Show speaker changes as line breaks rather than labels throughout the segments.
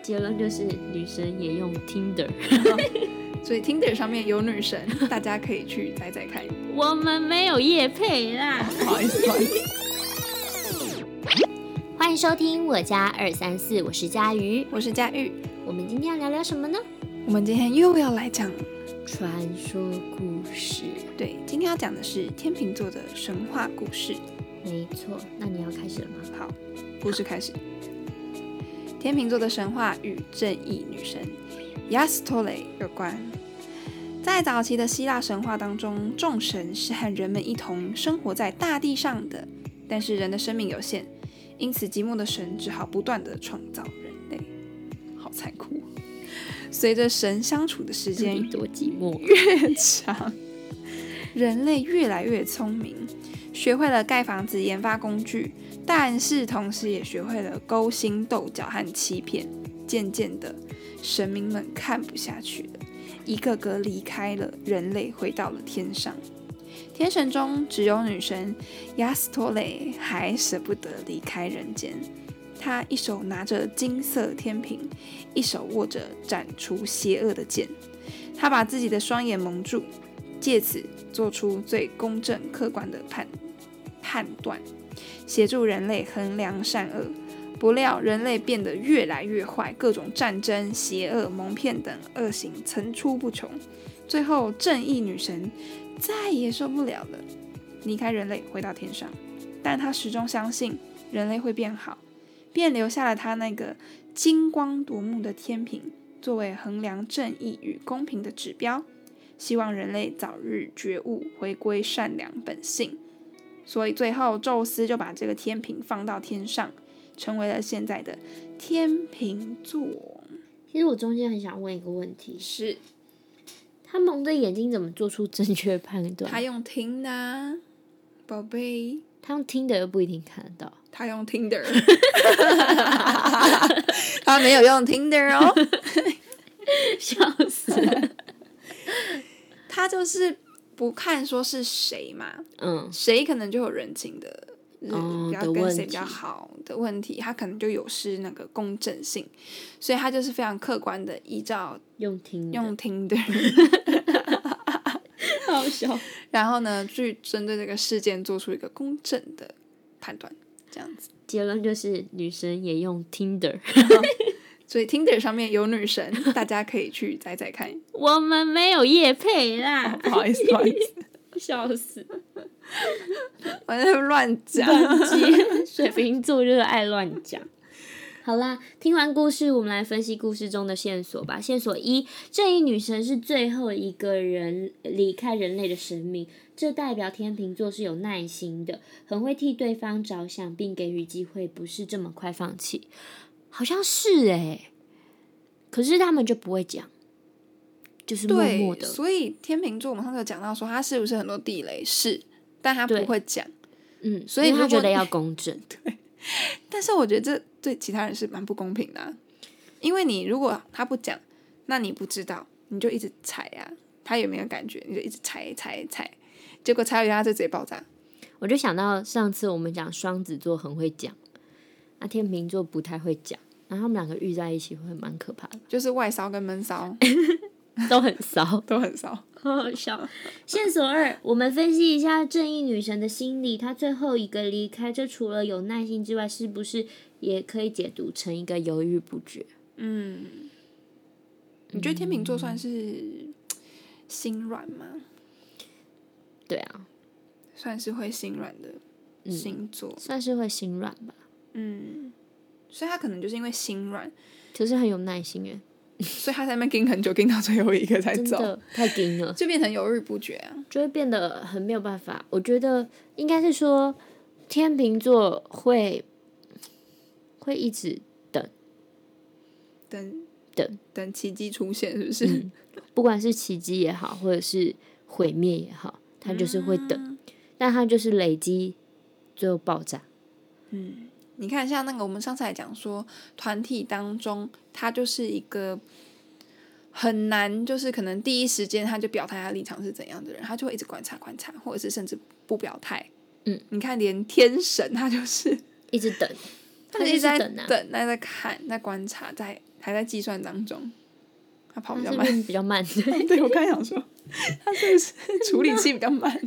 结论就是女神也用 Tinder，
所以 Tinder 上面有女神， 大家可以去载载看。
我们没有夜配啦。
不好意思，不好意思，
欢迎收听我家二三四，我是佳瑜。
我是佳玉，
我们今天要聊聊什么呢？
我们今天又要来讲，
传说故事。
对，今天要讲的是天秤座的神话故事。
没错，那你要开始了吗？
好，故事开始。天秤座的神话与正义女神 Yastole 有关。在早期的希腊神话当中，众神是和人们一同生活在大地上的，但是人的生命有限，因此寂寞的神只好不断的创造人类。好残酷哦！随着神相处的时间
你多寂寞。
越长， 人类越来越聪明，学会了盖房子、研发工具，但是同时也学会了勾心斗角和欺骗。渐渐的，神明们看不下去了，一个个离开了人类，回到了天上。天神中只有女神亚斯托蕾还舍不得离开人间，她一手拿着金色天平，一手握着斩除邪恶的剑。他把自己的双眼蒙住，借此做出最公正客观的判判断，协助人类衡量善恶。不料，人类变得越来越坏，各种战争、邪恶、蒙骗等恶行层出不穷。最后，正义女神再也受不了了，离开人类回到天上。但她始终相信人类会变好，便留下了她那个金光夺目的天平，作为衡量正义与公平的指标，希望人类早日觉悟，回归善良本性。所以最后，宙斯就把这个天平放到天上，成为了现在的天平座。
其实我中间很想问一个问题：
是，
他蒙着眼睛怎么做出正确判断？
他用听呢、啊宝贝，
他用听的又不一定看得到。
他用 Tinder，他没有用 Tinder 哦。
笑死。
他就是不看说是谁嘛，
嗯，
谁可能就有人情的，就是
哦
比较
的
跟
问
谁比较
题
好的问题，他可能就有失那个公正性，所以他就是非常客观的依照
用听的
用听的，
好笑。
然后呢去针对这个事件做出一个公正的判断，这样子。
结论就是女神也用 Tinder，
所以 Tinder 上面有女 神，大家可以去载载看。
我们没有夜配啦，
不好意思，不好意思，
笑死。
我在那边乱讲。
接水瓶座就是爱乱讲。 好啦，听完故事，我们来分析故事中的线索吧。线索一：正义女神是最后一个人离开人类的神明，这代表天秤座是有耐心的，很会替对方着想，并给予机会，不是这么快放弃。好像是诶、可是他们就不会讲，就是默默
对，
的。
所以天秤座我们上次有讲到说，他是不是很多地雷？是，但他
对
不会讲。
嗯，
所以
因为他
如果
觉得
你
要公正。
但是我觉得这对其他人是蛮不公平的啊、因为你如果他不讲，那你不知道，你就一直踩啊，他也没有感觉，你就一直踩踩踩，结果踩到人家就直接爆炸。
我就想到上次我们讲双子座很会讲，那天秤座不太会讲，然后他们两个遇在一起会蛮可怕的，
就是外烧跟闷烧，
都很骚
都很烧。
好好笑。线索二，我们分析一下正义女神的心理，她最后一个离开，这除了有耐心之外，是不是也可以解读成一个犹豫不决？
嗯，你觉得天秤座算是心软吗？
对啊，
算是会心软的星座。
算是会心软吧，
嗯，所以他可能就是因为心软，
可是很有耐心耶，
所以他在那边盯很久，盯到最后一个才
真
走，
的太硬了。
就变成犹豫不决啊。
就会变得很没有办法。我觉得应该是说，天秤座会会一直
等
等嗯
等奇迹出现，是不是？
不管是奇迹也好，或者是毁灭也好，他就是会等，
嗯
但他就是累积，最后爆炸。
你看，像那个我们上次还讲说，团体当中他就是一个很难，就是可能第一时间他就表态他立场是怎样的人，他就会一直观察观察，或者是甚至不表态。
嗯，
你看，连天神他就是
一直等，
他
就
就一
是
直在
等啊，
等，在在看，在观察，在还在计算当中，他跑 比
它
较
是
慢
不。是比较慢？对，
对，我刚想说，他是不是处理器比较慢？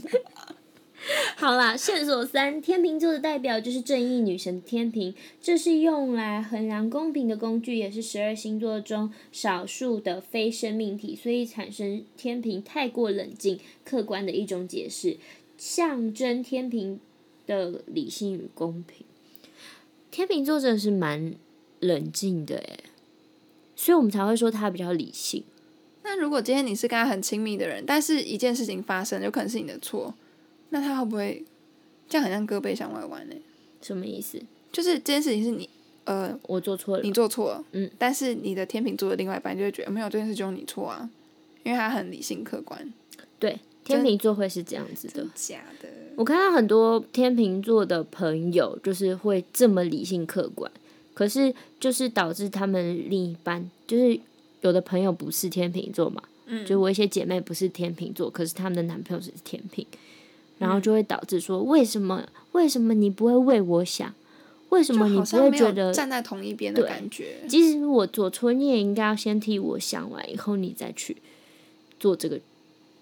好啦，线索三，天秤座的代表就是正义女神天平，这是用来衡量公平的工具，也是十二星座中少数的非生命体，所以产生天平太过冷静、客观的一种解释，象征天平的理性与公平。天秤座真的是蛮冷静的诶，所以我们才会说他比较理性。
那如果今天你是跟他很亲密的人，但是一件事情发生，有可能是你的错，那他会不会这样很像胳膊向外弯呢、
什么意思？
就是这件事情是你呃
我做错了
你做错了，
嗯，
但是你的天秤座的另外一半就会觉得没有这件事就是你错啊，因为他很理性客观，
对，天秤座会是这样子的。
假的。
我看到很多天秤座的朋友，就是会这么理性客观，可是就是导致他们另一半，就是有的朋友不是天秤座嘛，
嗯
就我一些姐妹不是天秤座，可是她们的男朋友是天秤，然后就会导致说，为什么为什么你不会为我想？为什么你
好
不
像
会
没
觉
有
得，
站在同一边的
对
感觉，
即使我做错，你也应该要先替我想完，以后你再去做这个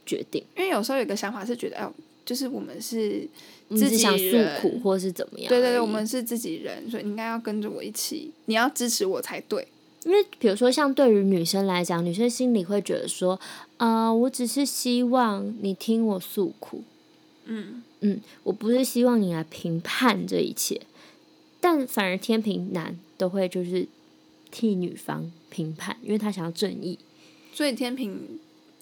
决定。
因为有时候有个想法是觉得，哎呦，就是我们是
你只
自己
想诉
人
苦或是怎么样而已？
对对对，我们是自己人，所以你应该要跟着我一起，你要支持我才对。
因为比如说，像对于女生来讲，女生心里会觉得说，呃，我只是希望你听我诉苦，
嗯，
嗯，我不是希望你来评判这一切，但反而天平男都会就是替女方评判，因为他想要正义。
所以天平，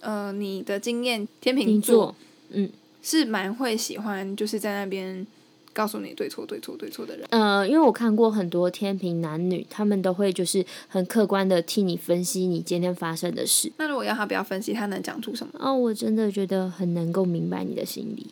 呃，你的经验，天
你
平座
做，
是蛮会喜欢，就是在那边告诉你对错、对错、对错的人。
呃，因为我看过很多天平男女，他们都会就是很客观的替你分析你今天发生的事。
那如果要他不要分析，他能讲出什么？
哦，我真的觉得很能够明白你的心理，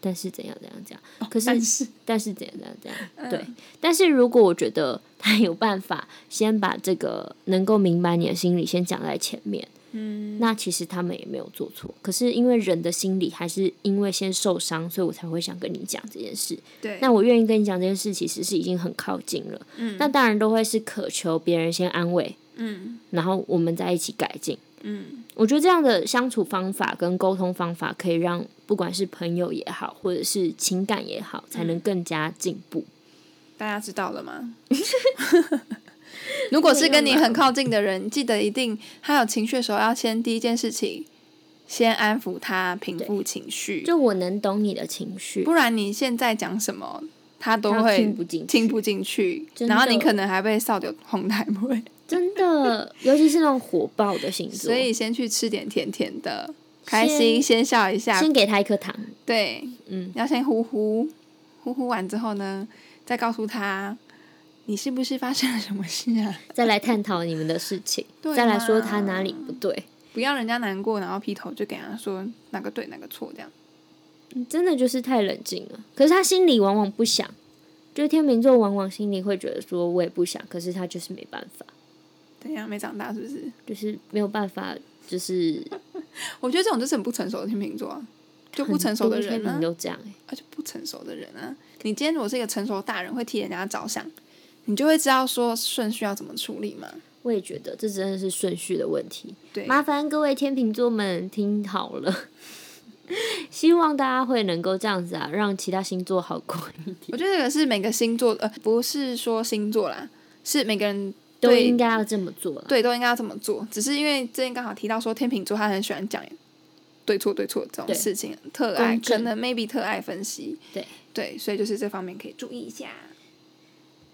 但是怎样怎样怎样，可是
哦但是嗯
但是怎样怎样怎样，对。但是如果我觉得他有办法先把这个能够明白你的心理先讲在前面，
嗯，
那其实他们也没有做错。可是因为人的心理还是因为先受伤，所以我才会想跟你讲这件事。
对，
那我愿意跟你讲这件事，其实是已经很靠近了。
嗯
那当然都会是渴求别人先安慰，
嗯
然后我们再一起改进。
嗯，
我觉得这样的相处方法跟沟通方法，可以让不管是朋友也好，或者是情感也好，才能更加进步。
大家知道 了吗？如果是跟你很靠近的人，记得一定他有情绪的时候，要先第一件事情，先安抚他，平复情绪。
就我能懂你的情绪，
不然你现在讲什么，他都
他
会
听不进去
听不进去，
真的
然后你可能还被扫掉红台会，
真的，尤其是那种火爆的星座，
所以先去吃点甜甜的，开心，先笑一下，
先给他一颗糖，
对，
嗯，
要先呼呼，呼呼完之后呢，再告诉他你是不是发生了什么事啊？
再来探讨你们的事情，
对
再来说
嘛
他哪里不对。
不要人家难过，然后劈头就给他说哪个对哪个错这样。
真的就是太冷静了，可是他心里往往不想，就是天秤座往往心里会觉得说我也不想，可是他就是没办法，
怎样没长大是不是？
就是没有办法，就是
我觉得这种就是很不成熟的天秤座、啊，就不成熟的
很多
人
天
啊
秤，都这样、欸。
而且不成熟的人啊，你今天如果是一个成熟的大人，会替人家着想，你就会知道说顺序要怎么处理嘛。
我也觉得这真的是顺序的问题。
对，
麻烦各位天秤座们听好了， 希望大家会能够这样子啊，让其他星座好过一点，
我觉得这个是每个星座，呃，不是说星座啦，是每个人
都
对
应该要这么做了。
对都应该要这么做。只是因为之前刚好提到说天秤座，他很喜欢讲对错对错这种
对
事情，特爱
公正
可能 maybe 特爱分析，
对
对，所以就是这方面可以注意 一下。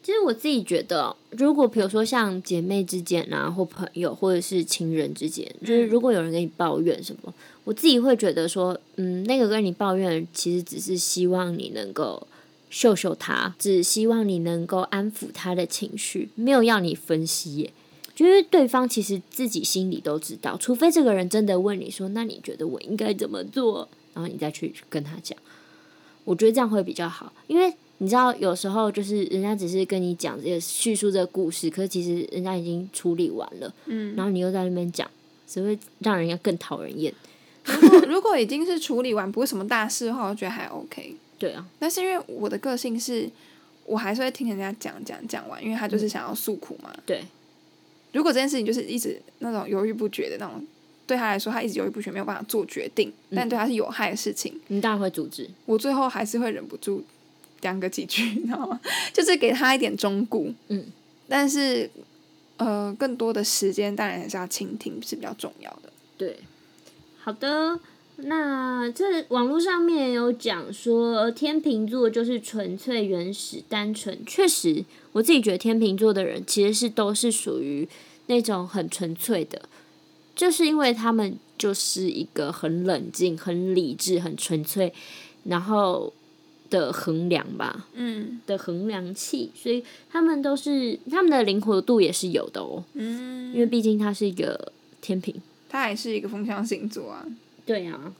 其实我自己觉得哦，如果比如说像姐妹之间啊，或朋友，或者是情人之间，就是如果有人跟你抱怨什么，我自己会觉得说，嗯，那个跟你抱怨其实只是希望你能够秀秀他，只希望你能够安抚他的情绪，没有要你分析耶。就是对方其实自己心里都知道，除非这个人真的问你说，那你觉得我应该怎么做？然后你再去跟他讲。我觉得这样会比较好，因为你知道，有时候就是人家只是跟你讲这个叙述这个故事，可是其实人家已经处理完了，
嗯，
然后你又在那边讲，只会让人家更讨人厌。
如果如果已经是处理完不是什么大事的话，我觉得还 OK。
对啊，
但是因为我的个性是，我还是会听人家讲讲讲完，因为他就是想要诉苦嘛。
嗯对，
如果这件事情就是一直那种犹豫不决的那种，对他来说，他一直犹豫不决，没有办法做决定，
嗯
但对他是有害的事情，
你当然会阻止。
我最后还是会忍不住讲个几句， 你知道吗？就是给他一点忠顾。
嗯，
但是呃，更多的时间当然还是要倾听是比较重要的。
对，好的。那这网络上面有讲说，天秤座就是纯粹、原始、单纯。确实，我自己觉得天秤座的人其实是都是属于那种很纯粹的，就是因为他们就是一个很冷静、很理智、很纯粹，然后的衡量吧
嗯
的衡量器，所以他们都是他们的灵活度也是有的哦，因为
嗯，
毕竟他是一个天平。
他还是一个风象星座啊。
对啊，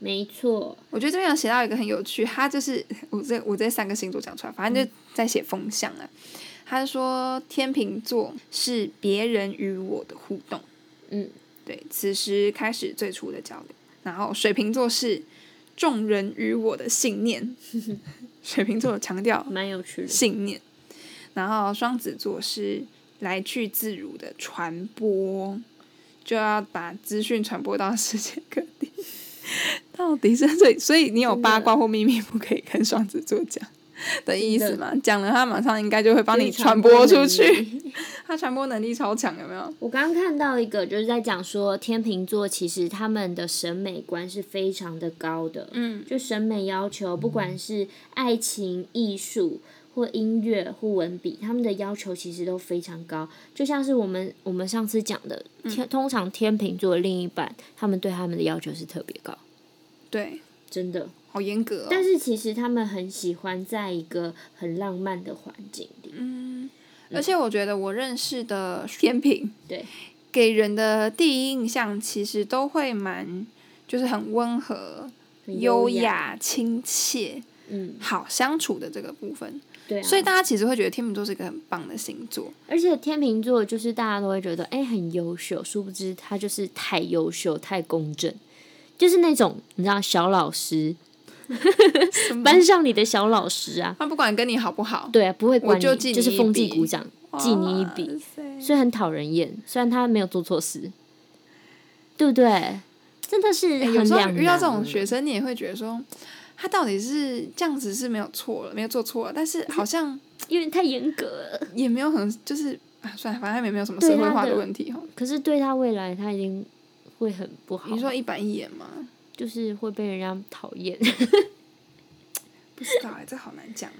没错，
我觉得这边有写到一个很有趣，他就是 我这我这三个星座讲出来，反正就在写风向啊。他说天秤座是别人与我的互动，
嗯，
对，此时开始最初的交流。然后水瓶座是众人与我的信念，水瓶座强调
蛮有趣的。
信念。然后双子座是来去自如的传播，就要把资讯传播到世界各地。到底是所以，所以你有
真的
八卦或秘密不可以跟双子座讲的意思吗？讲了，他马上应该就会帮你传播出去。。他传播能力超强，有没有？
我刚看到一个，就是在讲说天秤座其实他们的审美观是非常的高的，
嗯，
就审美要求，不管是爱情、艺术或音乐或文笔，他们的要求其实都非常高。就像是我们我们上次讲的，
嗯
天通常天秤座的另一半，他们对他们的要求是特别高，
对，
真的。
好严格、哦。
但是其实他们很喜欢在一个很浪漫的环境里，
嗯，而且我觉得我认识的 天平，
对，
给人的第一印象其实都会蛮，就是很温和、
很
优
雅，
雅、亲切、
嗯，
好相处的这个部分，
对啊。
所以大家其实会觉得天秤座是一个很棒的星座。
而且天秤座就是大家都会觉得，哎、很优秀，殊不知他就是太优秀、太公正，就是那种你知道小老师，班上里的小老师啊，
他不管跟你好不好，
对啊，不会管
我
你，
就
就
记你
是
一
风纪
笔
鼓掌，记你一笔，
哇塞
所以很讨人厌。虽然他没有做错事，对不对？真的是
哎
很
有时候
两
遇到
难啊
这种学生，你也会觉得说，他到底是这样子是没有错了，没有做错了，但是好像
因为太严格了。
也没有很就是啊，算了，反正他们也没有什么
对
社会
他
化的
的
问题哈。
可是对他未来，他一定会很不好。
你说一板一眼吗？
就是会被人家讨厌
不知道哎、这好难讲、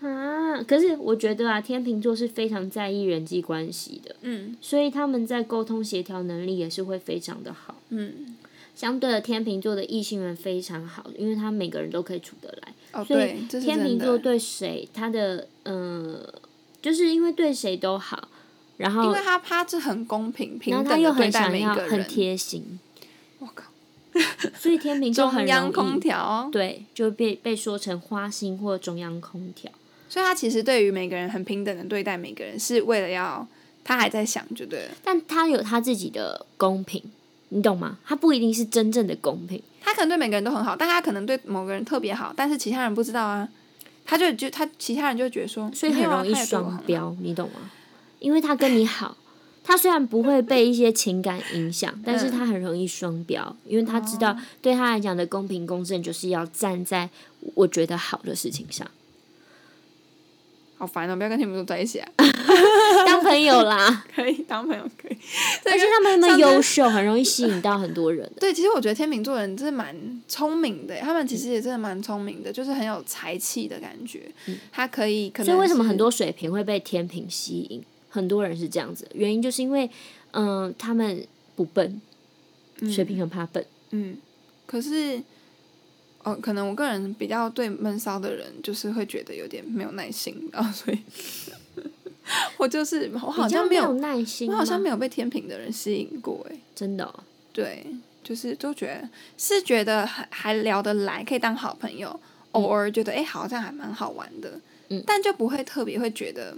哦。
啊？可是我觉得啊，天秤座是非常在意人际关系的，
嗯
所以他们在沟通协调能力也是会非常的好。
嗯，
相对的，天秤座的异性缘非常好，因为他每个人都可以处得来。
哦
所
对
以，
这是
天
真
秤
的
座对谁，他的呃，就是因为对谁都好，然
因
后
为他他是很公平平
然后
等
他又
的对
很
待
想
每一
要
个
很
人。
贴心，
我靠，
所以天秤座很
中央
容
空
易
调，
对就被被说成花心或中央空调。
所以他其实对于每个人很平等的对待每个人，是为了要他还在想，就对了。
但他有他自己的公平，你懂吗？他不一定是真正的公平，
他可能对每个人都很好，但他可能对某个人特别好，但是其他人不知道啊。他就就他其他人就会觉得说，
所以很
没有啊
容易
他也对我很
双
好
标，你懂吗？因为他跟你好，他虽然不会被一些情感影响，
嗯
但是他很容易双标，因为他知道
哦
对他来讲的公平公正就是要站在我觉得好的事情上，
好烦哦！不要跟天秤座在一起啊！ 。
当朋友啦
可以当朋友可以，
而且他们那么优秀，很容易吸引到很多人的。
对，其实我觉得天秤座人真的蛮聪明的耶，他们其实也真的蛮聪明的，就是很有才气的感觉。他可以可
嗯
能，
所以为什么很？多水瓶会被天平吸引？很多人是这样子，原因就是因为，嗯、他们不笨，水瓶很怕笨。
嗯，可是，哦，可能我个人比较对闷骚的人，就是会觉得有点没有耐心，然后所以， 我就是我
比
好
较
像没有，
耐心
我
吗，
好像没有被天平的人吸引过，哎，
真的、哦，
对，就是都觉得是觉得还还聊得来，可以当好朋友，偶尔觉得哎、诶好像还蛮好玩的，
嗯
但就不会特别会觉得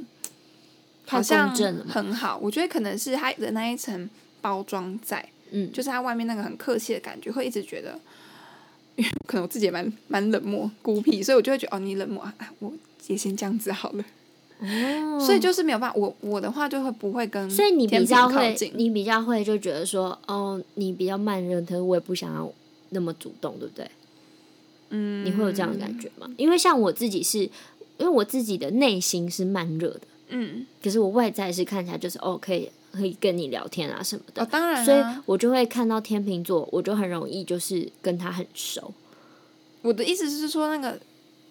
太
好像
公正了嘛
很好。我觉得可能是他的那一层包装在，
嗯，
就是他外面那个很客气的感觉，会一直觉得。因为可能我自己也蛮蛮冷漠孤僻，所以我就会觉得哦，你冷漠啊，啊我也先这样子好了。
哦
所以就是没有办法。我我的话就会不会跟，
所以你比较
靠
会
近，。
你比较会就觉得说，哦，你比较慢热，可是我也不想要那么主动，对不对？
嗯，
你会有这样的感觉吗？因为像我自己是，因为我自己的内心是慢热的，
嗯，
可是我外在是看起来就是哦，可以可以跟你聊天啊什么的，
哦，当然、啊，
所以我就会看到天秤座，我就很容易就是跟他很熟。
我的意思是说，那个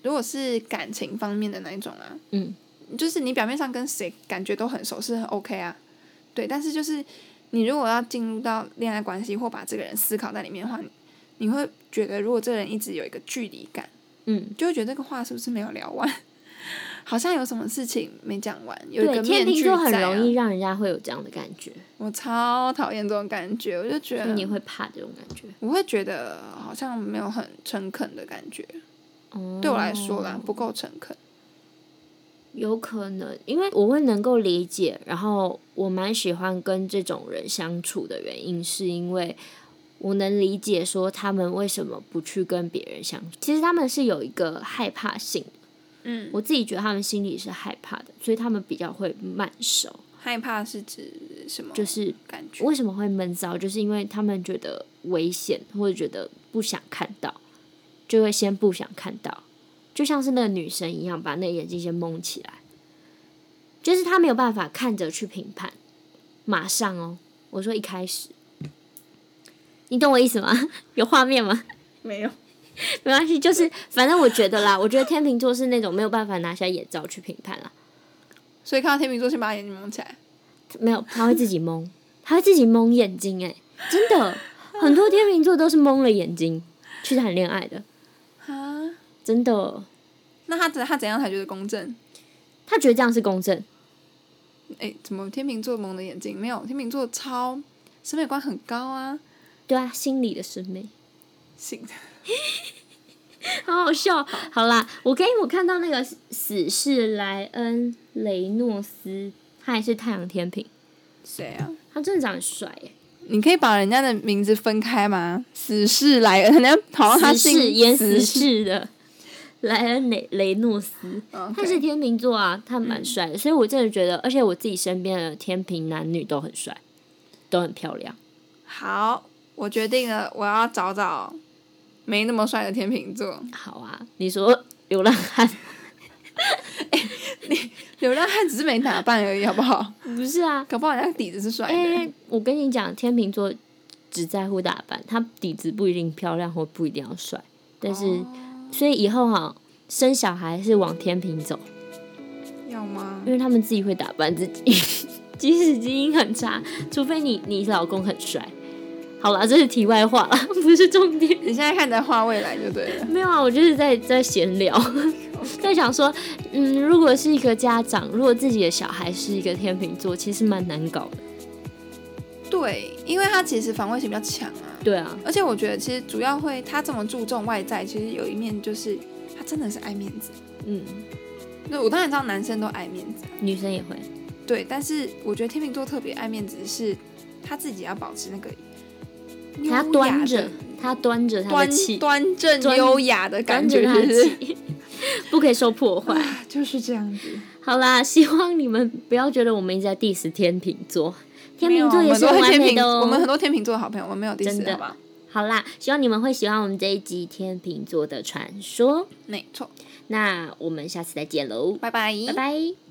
如果是感情方面的那一种啊，
嗯，
就是你表面上跟谁感觉都很熟是很 OK 啊，对，但是就是你如果要进入到恋爱关系或把这个人思考在里面的话，你你会觉得如果这个人一直有一个距离感，
嗯，
就会觉得这个话是不是没有聊完， 好像有什么事情没讲完，有一
对，
个
天
面
秤
具
座很
在啊
容易让人家会有这样的感觉，
我超讨厌这种感觉，我就觉
就你
得
会怕这种感觉。
我会觉得好像没有很诚恳的感觉，
哦
对我来说啦，不够诚恳。
有可能，因为我会能够理解，然后我蛮喜欢跟这种人相处的原因，是因为我能理解说他们为什么不去跟别人相处。其实他们是有一个害怕性的，
嗯，
我自己觉得他们心里是害怕的，所以他们比较会慢熟。
害怕是指什么？
就是
感觉
为什么会闷骚，就是因为他们觉得危险，或者觉得不想看到，就会先不想看到，就像是那个女生一样，把那个眼睛先蒙起来，就是他没有办法看着去评判，马上哦，我说一开始，你懂我意思吗？ 有画面吗？
没有。
没关系，就是反正我觉得啦，我觉得天秤座是那种没有办法拿下眼罩去评判啦，
所以看到天秤座，先把眼睛蒙起来。
没有，他会自己蒙，他会自己蒙眼睛、欸，真的，很多天秤座都是蒙了眼睛去谈恋爱的，
啊？
真的，
那他怎他怎样才觉得公正？
他觉得这样是公正，
哎，怎么天秤座蒙的眼睛？没有，天秤座超审美观很高啊。
对啊，心理的审美，
行，
好好笑。好啦，我给我看到那个死侍莱恩雷诺斯，他也是太阳天平，
谁啊？
他真的长得帅欸耶、
你可以把人家的名字分开吗？死侍来恩，人家好像哦他
死侍
姓
演死
死侍，
侍的莱恩雷雷诺斯。
嗯
他是天秤座啊，他蛮帅的，所以我真的觉得，而且我自己身边的天秤男女都很帅，都很漂亮。
好，我决定了，我要找找没那么帅的天秤 座。
好啊，你说 流浪汉
流浪汉只是没打扮而已，好不好？
不是啊？
搞不好人家底子是帅 的。
哎、我跟你讲，天秤座只在乎打扮，他底子不一定漂亮或不一定要帅，但是、所以以后哈、生小孩是往天平走，
要吗
因？为他们自己会打扮自己， 即使基因很差，除非你你老公很帅。好啦，这是题外话啦， 不是重点。
你现在看你在画未来就对了。
没有啊，我就是在在闲聊， 在想说，嗯，如果是一个家长，如果自己的小孩是一个天秤座，其实蛮难搞的。
对，因为他其实防卫性比较强啊，
对啊，
而且我觉得其实主要会他这么注重外在，其实有一面就是他真的是爱面子。
嗯，
那我当然知道男生都爱面子啊，
女生也会，
对，但是我觉得天秤座特别爱面子，是他自己要保持那个优
她
雅的
端着，她端着她的
端
气，
端正
端
优雅的感
端着
觉，
她的
是不是？
气， 不可以受破坏。
啊就是这样子。
好啦，希望你们不要觉得我们一直在 diss 天秤座，天
没有啊
秤座也是
我
很
们都
完
天
美
秤，
的
我们很
哦。
多天秤座的好朋友，我们没有第
真
四，
的
好不好？
好啦，希望你们会喜欢我们这一集天秤座的传说。
没错，
那我们下次再见喽，
拜拜，
拜拜